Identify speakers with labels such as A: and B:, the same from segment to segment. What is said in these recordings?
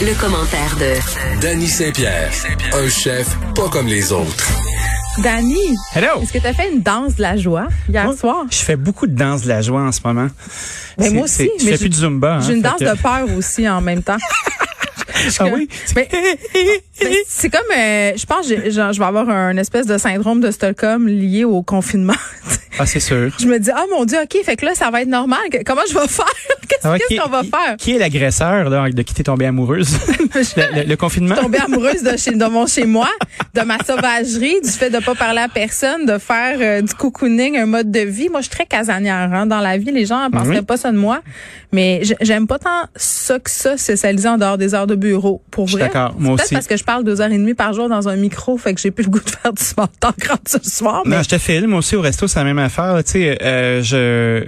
A: Le, le commentaire de
B: Danny Saint-Pierre, un chef pas comme les autres.
C: Dani,
D: Hello!
C: est-ce que tu as fait une danse de la joie hier
D: Moi,
C: soir?
D: Je fais beaucoup de danse de la joie en ce moment.
C: Mais
D: C'est-
C: moi aussi.
D: c'est- Je
C: mais
D: fais
C: j'ai-
D: plus de Zumba. hein,
C: J'ai une
D: fait
C: danse
D: que-
C: de peur aussi en même temps.
D: Ah oui?
C: Mais- mais c'est comme, euh, je pense, que j'ai- genre, je vais avoir un espèce de syndrome de Stockholm lié au confinement.
D: Ah, c'est sûr.
C: je me dis, oh mon Dieu, OK, fait que là, ça va être normal. Que- Comment je vais faire? Qu'est-ce
D: Ah,
C: qu'est-ce
D: qui-
C: qu'on va
D: qui-
C: faire?
D: Qui est l'agresseur là, de qui t'es tombée amoureuse? le, le- le confinement?
C: tomber amoureuse de, chez, de mon chez moi, de ma sauvagerie, du fait de pas parler à personne, de faire euh, du cocooning, un mode de vie. Moi, je suis très casanière hein. dans la vie. Les gens ne penseraient
D: oui.
C: pas ça de moi, mais j- j'aime pas tant ça que ça, socialiser en dehors des heures de bureau. Pour
D: suis
C: vrai,
D: d'accord.
C: C'est
D: Moi
C: peut-être
D: aussi.
C: parce que je parle deux heures et demie par jour dans un micro, fait que j'ai plus le goût de faire du small talk rendu ce soir. Mais
D: Non, je te filme. Moi aussi, au resto, c'est la même affaire. là. Tu sais, euh, je,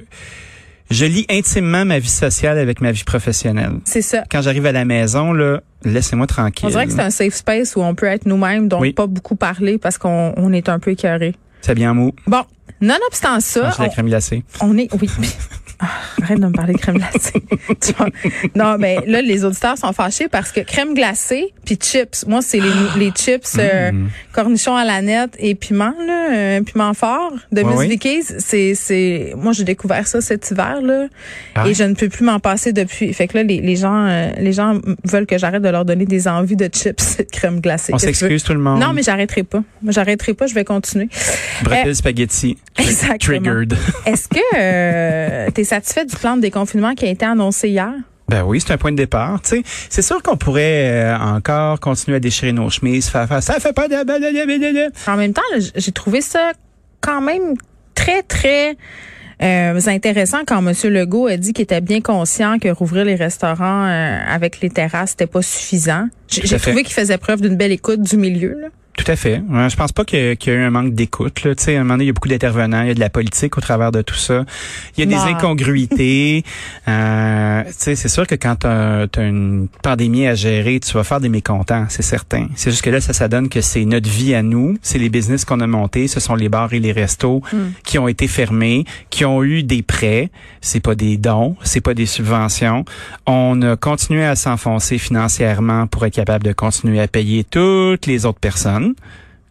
D: je lis intimement ma vie sociale avec ma vie professionnelle.
C: c'est ça.
D: Quand j'arrive à la maison, là, laissez-moi tranquille.
C: On dirait que c'est un safe space où on peut être nous-mêmes, donc
D: Oui.
C: pas beaucoup parler parce qu'on on est un peu écœuré.
D: C'est bien mou.
C: Bon, nonobstant ça,
D: Manger de la
C: Ah, on-
D: crème glacée.
C: On est, oui. Ah, Arrête de me parler de crème glacée. Tu vois. non, mais là, les auditeurs sont fâchés parce que crème glacée puis chips. Moi, c'est les,
D: Ah.
C: les chips euh,
D: Mm-hmm.
C: cornichons à la nette et piment, là, euh, piment fort de
D: Ouais,
C: Miss
D: oui.
C: Vicky's. C'est, c'est, moi, j'ai découvert ça cet hiver, là.
D: Ah.
C: Et je ne peux plus m'en passer depuis. Fait que là, les, les gens, euh, les gens veulent que j'arrête de leur donner des envies de chips et de crème glacée.
D: On
C: Qu'est-ce que tu veux?
D: s'excuse tout le monde.
C: Non, mais j'arrêterai pas. J'arrêterai pas, je vais continuer. Eh,
D: Bretelle spaghetti.
C: Exactement.
D: Triggered.
C: Est-ce que tu es satisfait du plan de déconfinement qui a été annoncé hier?
D: Ben oui, c'est un point de départ. tu sais. C'est sûr qu'on pourrait euh, encore continuer à déchirer nos chemises, faire, faire ça fait pas de...
C: En même temps, là, j- j'ai trouvé ça quand même très, très euh, intéressant quand M. Legault a dit qu'il était bien conscient que rouvrir les restaurants euh, avec les terrasses, c'était pas suffisant. J-
D: Tout à
C: J'ai
D: fait.
C: trouvé qu'il faisait preuve d'une belle écoute du milieu. là.
D: Tout à fait. Ouais, Je pense pas que- qu'il y a eu un manque d'écoute. là. Tu sais, à un moment donné, il y a beaucoup d'intervenants, il y a de la politique au travers de tout ça. Il y a
C: Non.
D: des incongruités. Euh, tu sais, c'est sûr que quand tu as, une pandémie à gérer, tu vas faire des mécontents, c'est certain. C'est juste que là, ça, ça donne que c'est notre vie à nous, c'est les business qu'on a montés, ce sont les bars et les restos qui ont été fermés, qui ont eu des prêts, c'est pas des dons, c'est pas des subventions. On a continué à s'enfoncer financièrement pour être capable de continuer à payer toutes les autres personnes.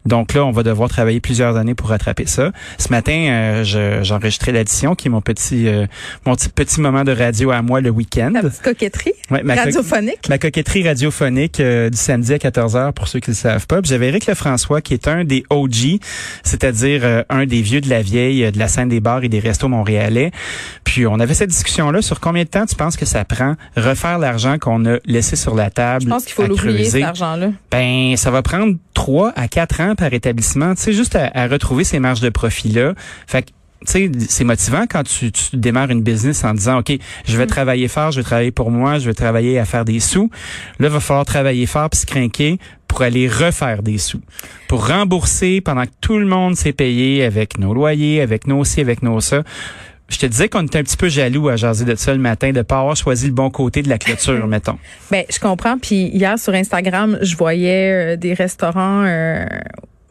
D: Donc là, on va devoir travailler plusieurs années pour rattraper ça. Ce matin, euh, je- j'enregistrais l'addition, qui est mon petit, euh, mon petit, petit moment de radio à moi le week-end.
C: La petite coquetterie
D: Ouais, Mmh. ma, co-
C: radiophonique.
D: ma coquetterie radiophonique euh, du samedi à 14h pour ceux qui ne le savent pas. Puis J'avais Eric Lefrançois qui est un des OG, c'est-à-dire euh, un des vieux de la vieille euh, de la scène des bars et des restos montréalais. Puis on avait cette discussion là sur combien de temps tu penses que ça prend refaire l'argent qu'on a laissé sur la table
C: Je pense qu'il faut
D: à
C: l'oublier, cet
D: creuser.
C: argent-là.
D: Ben, ça va prendre trois à quatre ans par établissement, tu sais, juste à, à retrouver ces marges de profit-là. Fait que, tu sais, c'est motivant quand tu, tu démarres une business en disant, OK, je vais travailler fort, je vais travailler pour moi, je vais travailler à faire des sous. Là, il va falloir travailler fort puis se craquer pour aller refaire des sous, pour rembourser pendant que tout le monde s'est payé avec nos loyers, avec nos ci, avec nos ça. Je te disais qu'on était un petit peu jaloux à jaser de ça le matin, de pas avoir choisi le bon côté de la clôture, mettons.
C: Ben, je comprends. Puis hier sur Instagram, je voyais euh, des restaurants, euh,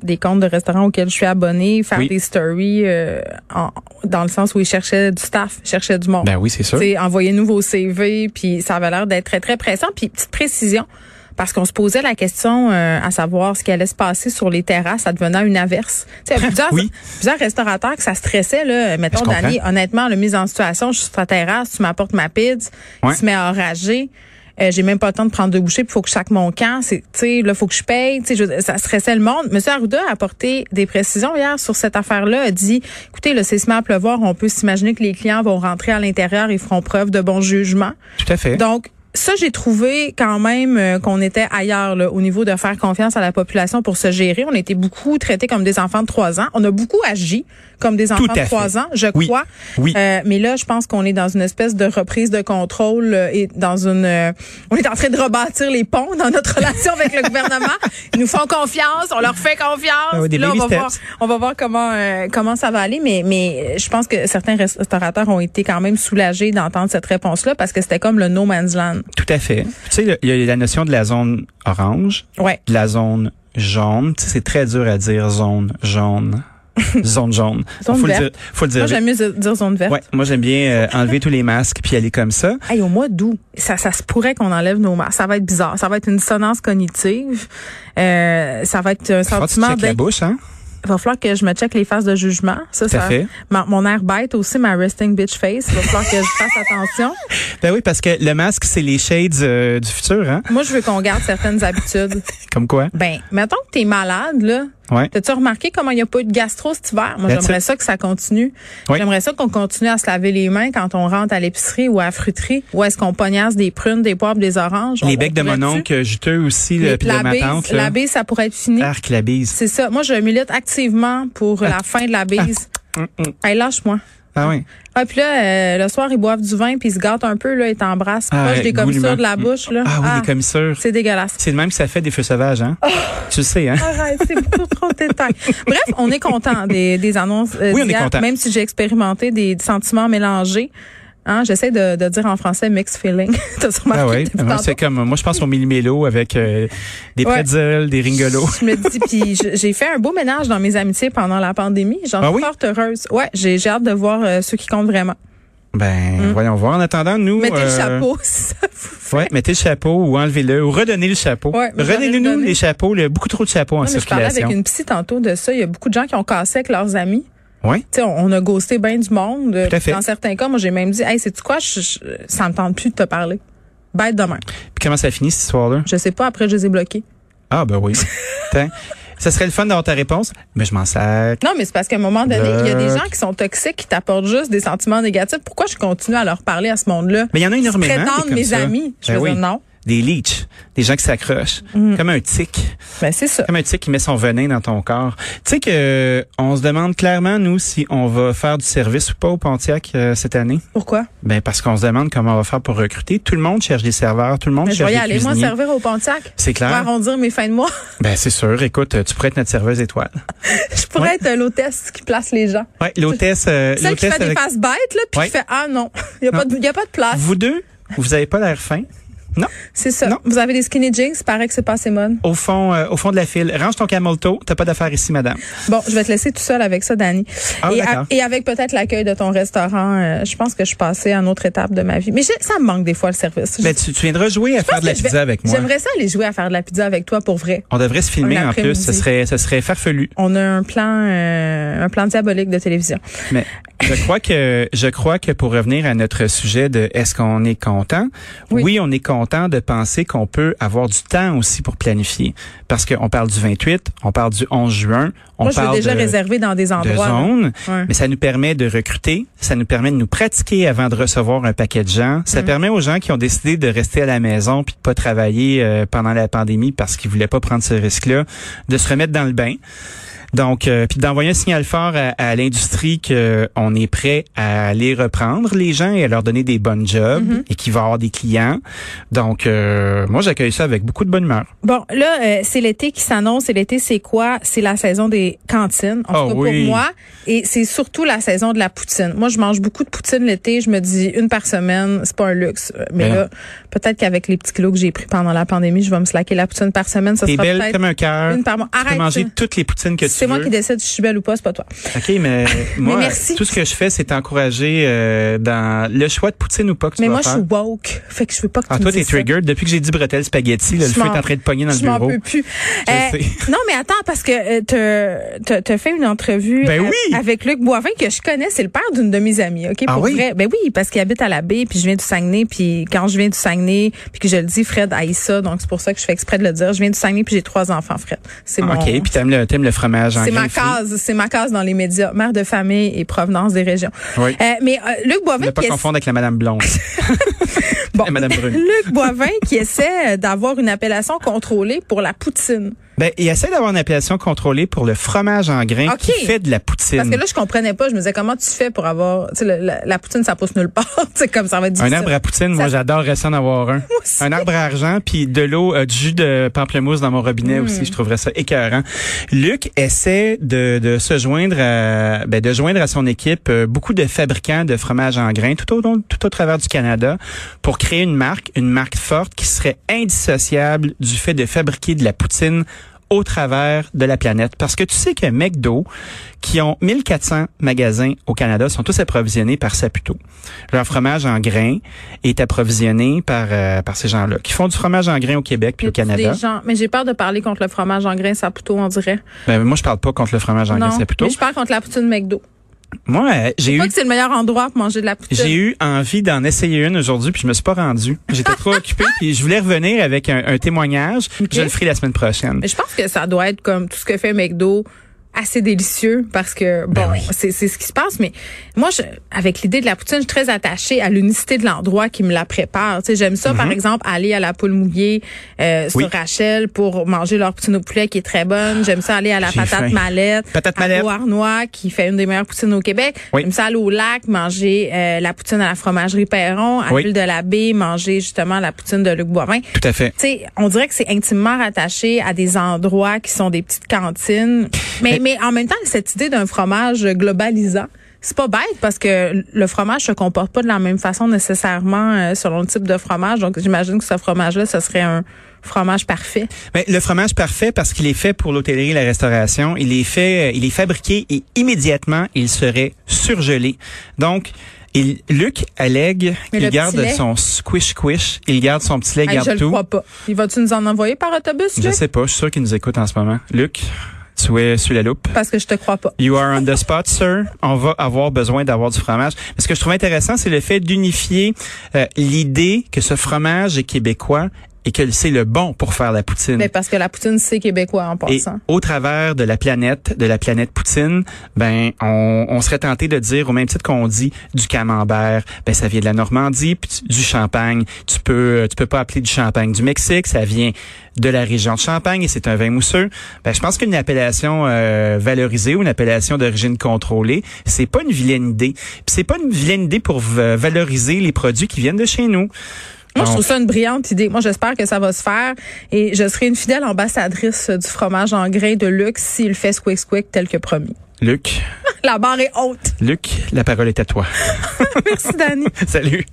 C: des comptes de restaurants auxquels je suis abonnée, faire
D: Oui.
C: des stories euh, en- dans le sens où ils cherchaient du staff, cherchaient du monde.
D: Ben oui, c'est sûr.
C: Tu sais, envoyez-nous vos CV, puis ça avait l'air d'être très, très pressant. Puis petite précision, parce qu'on se posait la question euh, à savoir ce qui allait se passer sur les terrasses advenant une averse. Tu sais, il y a plusieurs,
D: Oui.
C: plusieurs restaurateurs que ça stressait, là. Mettons,
D: Je comprends.
C: Dani, honnêtement, le mise en situation, je suis sur ta terrasse, tu m'apportes ma pizza,
D: Ouais.
C: tu se mets à orager. euh, j'ai même pas le temps de prendre deux bouchées, puis faut que je sac mon camp, c'est tu sais là faut que je paye, tu sais je veux dire, ça stressait le monde. Monsieur Arruda a apporté des précisions hier sur cette affaire-là, a dit écoutez, le c'est se met à pleuvoir, on peut s'imaginer que les clients vont rentrer à l'intérieur et feront preuve de bon jugement.
D: Tout à fait.
C: Donc, ça, j'ai trouvé quand même euh, qu'on était ailleurs là, au niveau de faire confiance à la population pour se gérer. On était beaucoup traités comme des enfants de trois ans. On a beaucoup agi comme des enfants
D: Tout à
C: de trois
D: fait.
C: ans, je
D: Oui.
C: crois.
D: Oui.
C: Euh, mais là, je pense qu'on est dans une espèce de reprise de contrôle euh, et dans une... euh, on est en train de rebâtir les ponts dans notre relation avec le gouvernement. Ils nous font confiance, on leur fait confiance.
D: Ah oui, des
C: Là, on
D: baby
C: va
D: steps.
C: voir on va voir comment euh, comment ça va aller, mais mais je pense que certains restaurateurs ont été quand même soulagés d'entendre cette réponse-là parce que c'était comme le no man's land.
D: Tout à fait. Tu sais, le- il y a la notion de la zone orange,
C: Ouais.
D: de la zone jaune. Tu sais, c'est très dur à dire zone jaune. zone jaune.
C: Zone
D: faut, le
C: verte.
D: dire, faut le dire.
C: Moi, j'aime mieux dire zone verte.
D: Ouais, moi j'aime bien euh, enlever tous les masques puis aller comme ça.
C: Hey, au mois d'août, ça, ça se pourrait qu'on enlève nos masques. Ça va être bizarre. Ça va être une dissonance cognitive. Euh, ça va être un
D: Faut que tu
C: sentiment
D: checkes la
C: d'être
D: bouche, hein?
C: Il va falloir que je me check les faces de jugement. Ça,
D: Tout à
C: ça
D: fait.
C: ma- mon air bête aussi, ma resting bitch face. Il va falloir que je fasse attention.
D: Ben oui, parce que le masque, c'est les shades euh, du futur, hein?
C: Moi, je veux qu'on garde certaines habitudes.
D: Comme quoi?
C: Ben, mettons que t'es malade, là.
D: Ouais.
C: T'as-tu remarqué comment il n'y a pas eu de gastro cet hiver? Moi,
D: That's
C: j'aimerais
D: it.
C: ça que ça continue.
D: Oui.
C: J'aimerais ça qu'on continue à se laver les mains quand on rentre à l'épicerie ou à la fruiterie. Ou est-ce qu'on pognasse des prunes, des poivres, des oranges?
D: Les
C: On-
D: becs de
C: on
D: mon
C: pourrait-tu?
D: oncle juteux aussi,
C: Les-
D: le, puis de
C: la
D: ma
C: bise-
D: tante.
C: La
D: Là. Ah.
C: bise, ça pourrait être fini.
D: Arc, la bise.
C: C'est ça. Moi, je milite activement pour la fin de la bise.
D: Mm,
C: Hey, lâche-moi.
D: Ah oui.
C: Ah, puis là, euh, le soir, ils boivent du vin, puis ils se gâtent un peu, là, ils t'embrassent
D: Ah,
C: proche
D: ouais,
C: des
D: goulûment.
C: commissures de la bouche, là.
D: Ah oui, les commissures.
C: C'est dégueulasse.
D: C'est le même que ça fait des feux sauvages, hein?
C: Ah.
D: Tu le sais, hein?
C: Arrête, c'est beaucoup trop de détails. Bref, on est content des, des annonces euh,
D: Oui, on est
C: d'hier,
D: content.
C: même si j'ai expérimenté des sentiments mélangés. Hein, J'essaie de, de dire en français mixed feeling. T'as sûrement
D: Ah oui.
C: depuis
D: Moi,
C: tantôt.
D: c'est comme, moi, je pense au millimélo avec euh, des
C: Ouais.
D: pretzels, des ringolos.
C: Je me dis, puis je- j'ai fait un beau ménage dans mes amitiés pendant la pandémie. J'en
D: Ah
C: suis
D: oui?
C: fort heureuse. Ouais, j'ai j'ai hâte de voir euh, ceux qui comptent vraiment.
D: Ben, voyons voir. En attendant, nous...
C: Hmm. Mettez le
D: euh,
C: chapeau. si ça vous-
D: Ouais, mettez le chapeau ou enlevez-le ou redonnez le chapeau.
C: Ouais, mais j'aurais le
D: Redonnez-nous
C: donné.
D: les chapeaux. Il y a beaucoup trop de chapeaux en
C: Non, mais je parlais
D: circulation.
C: avec une psy tantôt de ça. Il y a beaucoup de gens qui ont cassé avec leurs amis.
D: Oui.
C: Tu sais, on, on a ghosté bien du monde. euh,
D: Tout à fait.
C: Dans certains cas, moi, j'ai même dit, hey, c'est tu quoi, je, je- ça me tente plus de te parler. Bête demain.
D: Puis comment ça finit, cette histoire-là?
C: Je sais pas, après, je les ai bloqués.
D: Ah, ben oui. Tiens. Ça serait le fun d'avoir ta réponse, mais je m'en sers.
C: Non, mais c'est parce qu'à un moment donné, il y a des
D: Bloc.
C: gens qui sont toxiques, qui t'apportent juste des sentiments négatifs. Pourquoi je continue à leur parler à ce monde-là?
D: Mais il y en a énormément. des
C: Prétendre
D: comme
C: mes
D: ça.
C: amis. Je
D: Ben
C: veux
D: oui.
C: dire non. Hmm.
D: Des leeches. Des gens qui s'accrochent. Comme un tic.
C: Ben, c'est ça.
D: Comme un tic qui met son venin dans ton corps. Tu sais que euh, on se demande clairement, nous, si on va faire du service ou pas au Pontiac euh, cette année.
C: Pourquoi?
D: Ben parce qu'on se demande comment on va faire pour recruter. Tout le monde cherche des serveurs, tout le monde
C: Mais Ben, je
D: cherche
C: vais y
D: des
C: aller, moi,
D: cuisiniers.
C: servir au Pontiac.
D: C'est
C: Pour
D: clair.
C: arrondir mes fins de mois.
D: Ben c'est sûr. Écoute, euh, tu pourrais être notre serveuse étoile.
C: je pourrais
D: Ouais.
C: être l'hôtesse qui place les gens.
D: Ouais, l'hôtesse. euh,
C: Celle qui
D: l'hôtesse
C: fait des
D: avec-
C: faces bêtes, là, puis
D: Ouais.
C: qui fait Ah non, il n'y a, pas de- y a pas de place.
D: Vous deux, vous avez pas l'air faim. Non.
C: C'est ça.
D: Non.
C: Vous avez des skinny jeans, paraît que c'est pas assez mode.
D: Au fond, euh, au fond de la file. Range ton camelto. T'as pas d'affaires ici, madame.
C: Bon, je vais te laisser tout seul avec ça, Dani.
D: Ah,
C: et,
D: d'accord.
C: et avec peut-être l'accueil de ton restaurant, euh, je pense que je suis passée à une autre étape de ma vie. Mais j'ai- ça me manque des fois le service.
D: Ben
C: Je-
D: tu, tu viendras jouer à
C: je pense
D: faire de la
C: que je vais-
D: pizza avec moi.
C: J'aimerais ça aller jouer à faire de la pizza avec toi pour vrai.
D: On devrait se filmer
C: Un
D: en plus.
C: après-midi.
D: Ce serait, ce serait farfelu.
C: On a un plan, euh, un plan diabolique de télévision.
D: Mais je crois que je crois que pour revenir à notre sujet de est-ce qu'on est content
C: Oui.
D: oui. on est content de penser qu'on peut avoir du temps aussi pour planifier parce qu'on parle du 28, on parle du 11 juin, on
C: Moi, je veux
D: parle
C: déjà
D: de,
C: réserver dans des
D: de
C: endroits. là.
D: zones,
C: Ouais.
D: mais ça nous permet de recruter, ça nous permet de nous pratiquer avant de recevoir un paquet de gens, ça
C: Mm-hmm.
D: permet aux gens qui ont décidé de rester à la maison puis de pas travailler euh, pendant la pandémie parce qu'ils voulaient pas prendre ce risque-là, de se remettre dans le bain. Donc, euh, puis d'envoyer un signal fort à, à l'industrie qu'on est prêt à les reprendre les gens et à leur donner des bonnes jobs
C: Mm-hmm.
D: et qu'il va y avoir des clients. Donc, euh, moi, j'accueille ça avec beaucoup de bonne humeur.
C: Bon, là, euh, c'est l'été qui s'annonce. Et l'été, c'est quoi? C'est la saison des cantines, en
D: Oh
C: tout cas
D: oui.
C: pour moi. Et c'est surtout la saison de la poutine. Moi, je mange beaucoup de poutine l'été. Je me dis une par semaine, c'est pas un luxe. Euh, Mais
D: Ben
C: là, peut-être qu'avec les petits kilos que j'ai pris pendant la pandémie, je vais me slacker la poutine par semaine. Ça
D: T'es
C: sera
D: belle
C: peut-être
D: comme un cœur.
C: une par mois.
D: Tu peux
C: Arrête.
D: manger toutes les poutines que tu veux.
C: C'est moi qui décide si je suis belle ou pas, c'est pas toi.
D: OK, mais moi,
C: merci.
D: tout ce que je fais, c'est encourager euh, dans le choix de poutine ou pas que tu
C: Mais
D: dois
C: moi, je
D: faire.
C: suis woke. Fait que je veux pas que tu
D: Ah,
C: me
D: toi, t'es
C: dises ça.
D: triggered. Depuis que j'ai dit bretelle spaghetti, là, le
C: Je
D: feu
C: m'en-
D: est en train de pogner dans le
C: Je m'en
D: bureau.
C: peux plus.
D: Je
C: Euh,
D: sais.
C: non, mais attends, parce que euh, t'as- t'as t'as fait une entrevue
D: Ben
C: a-
D: oui!
C: avec Luc Boivin que je connais. C'est le père d'une de mes amies, OK?
D: Ah
C: pour
D: oui?
C: vrai. Ben oui, parce qu'il habite à la baie, puis je viens du Saguenay, puis quand je viens du Saguenay, puis que je le dis, Fred haït ça, donc c'est pour ça que je fais exprès de le dire. Je viens du Saguenay, puis j'ai trois enfants, Fred. C'est mon...
D: Ah, OK, puis t'aimes le, t'aimes le fromage en
C: C'est ma
D: graines frites.
C: case, c'est ma case dans les médias, mère de famille et provenance des régions.
D: Oui.
C: Euh, mais euh, Luc Boivin,
D: Ne pas
C: qui est-
D: confondre avec la Madame Blonde.
C: Bon.
D: Et Madame Brune.
C: Luc Boivin qui essaie euh, d'avoir une appellation contrôlée pour la poutine.
D: Ben, il essaie d'avoir une appellation contrôlée pour le fromage en grains
C: OK.
D: qui fait de la poutine.
C: Parce que là, je comprenais pas. Je me disais, comment tu fais pour avoir. Tu sais, le- la, la poutine, ça pousse nulle part. tu sais, comme ça va être
D: un
C: difficile.
D: arbre à poutine, moi j'adorerais ça en avoir un.
C: aussi.
D: Un arbre à argent, puis de l'eau, euh, du jus de pamplemousse dans mon robinet
C: Mm.
D: aussi, je trouverais ça écœurant. Luc essaie de, de se joindre à, ben, de joindre à son équipe euh, beaucoup de fabricants de fromage en grains tout au, long- tout au travers du Canada pour créer une marque, une marque forte qui serait indissociable du fait de fabriquer de la poutine au travers de la planète. Parce que tu sais que McDo, qui ont 1400 magasins au Canada, sont tous approvisionnés par Saputo. Leur fromage en grains est approvisionné par, euh, par ces gens-là, qui font du fromage en grains au Québec puis
C: Y
D: au
C: a-tu
D: Canada.
C: Des gens, mais j'ai peur de parler contre le fromage en grains Saputo, on dirait.
D: Ben, moi, je parle pas contre le fromage en grains
C: non,
D: Saputo.
C: mais je parle contre la poutine McDo.
D: Moi, euh,
C: Je
D: j'ai eu
C: crois que c'est le meilleur endroit pour manger de la poutine.
D: J'ai eu envie d'en essayer une aujourd'hui, puis je me suis pas rendu. J'étais trop occupé, puis je voulais revenir avec un, un témoignage. Je le ferai la semaine prochaine.
C: Mais je pense que ça doit être comme tout ce que fait McDo assez délicieux parce que
D: Ben
C: bon c'est c'est ce qui se passe mais moi je, avec l'idée de la poutine je suis très attachée à l'unicité de l'endroit qui me la prépare tu sais j'aime ça par exemple aller à la poule mouillée euh, sur
D: Mhm. Oui.
C: Rachel pour manger leur poutine au poulet qui est très bonne j'aime ça aller à la
D: J'ai
C: patate
D: faim.
C: mallette
D: Patate
C: à
D: mallette.
C: Beau Arnois qui fait une des meilleures poutines au Québec
D: Oui.
C: j'aime ça aller au lac manger euh, la poutine à la fromagerie Perron à
D: Oui.
C: l'île de la Baie manger justement la poutine de Luc Boivin
D: Tout à fait.
C: tu sais, on dirait que c'est intimement rattaché à des endroits qui sont des petites cantines. Mais, mais en même temps, cette idée d'un fromage globalisant, c'est pas bête parce que le fromage se comporte pas de la même façon nécessairement euh, selon le type de fromage. Donc, j'imagine que ce fromage-là, ce serait un fromage parfait.
D: Mais Ben, le fromage parfait parce qu'il est fait pour l'hôtellerie et la restauration. Il est fait, euh, il est fabriqué et immédiatement il serait surgelé. Donc il, Luc allègue
C: Mais
D: qu'il
C: le
D: garde
C: petit lait.
D: son squish squish, il garde son petit lait, il
C: Hey, je
D: garde
C: le
D: tout.
C: crois pas. Il va-tu nous en envoyer par autobus,
D: Je
C: Luc?
D: sais pas, je suis sûr qu'il nous écoute en ce moment. Luc, tu es sur la loupe.
C: Parce que je te crois pas.
D: You are on the spot, sir. On va avoir besoin d'avoir du fromage. Mais ce que je trouve intéressant, c'est le fait d'unifier euh, l'idée que ce fromage est québécois et que c'est le bon pour faire la poutine.
C: Mais parce que la poutine, c'est québécois en
D: et
C: passant.
D: au travers de la planète, de la planète Poutine, ben on, on serait tenté de dire au même titre qu'on dit du camembert, ben ça vient de la Normandie, puis tu- du Champagne. Tu peux tu peux pas appeler du Champagne du Mexique, ça vient de la région de Champagne et c'est un vin mousseux. Ben je pense qu'une appellation euh, valorisée ou une appellation d'origine contrôlée, c'est pas une vilaine idée. Puis c'est pas une vilaine idée pour v- valoriser les produits qui viennent de chez nous.
C: Moi, je
D: Donc,
C: trouve ça une brillante idée. Moi, j'espère que ça va se faire et je serai une fidèle ambassadrice euh, du fromage en grains de luxe s'il fait squick squick tel que promis.
D: Luc,
C: La barre est haute.
D: Luc, la parole est à toi.
C: Merci, Dani.
D: Salut.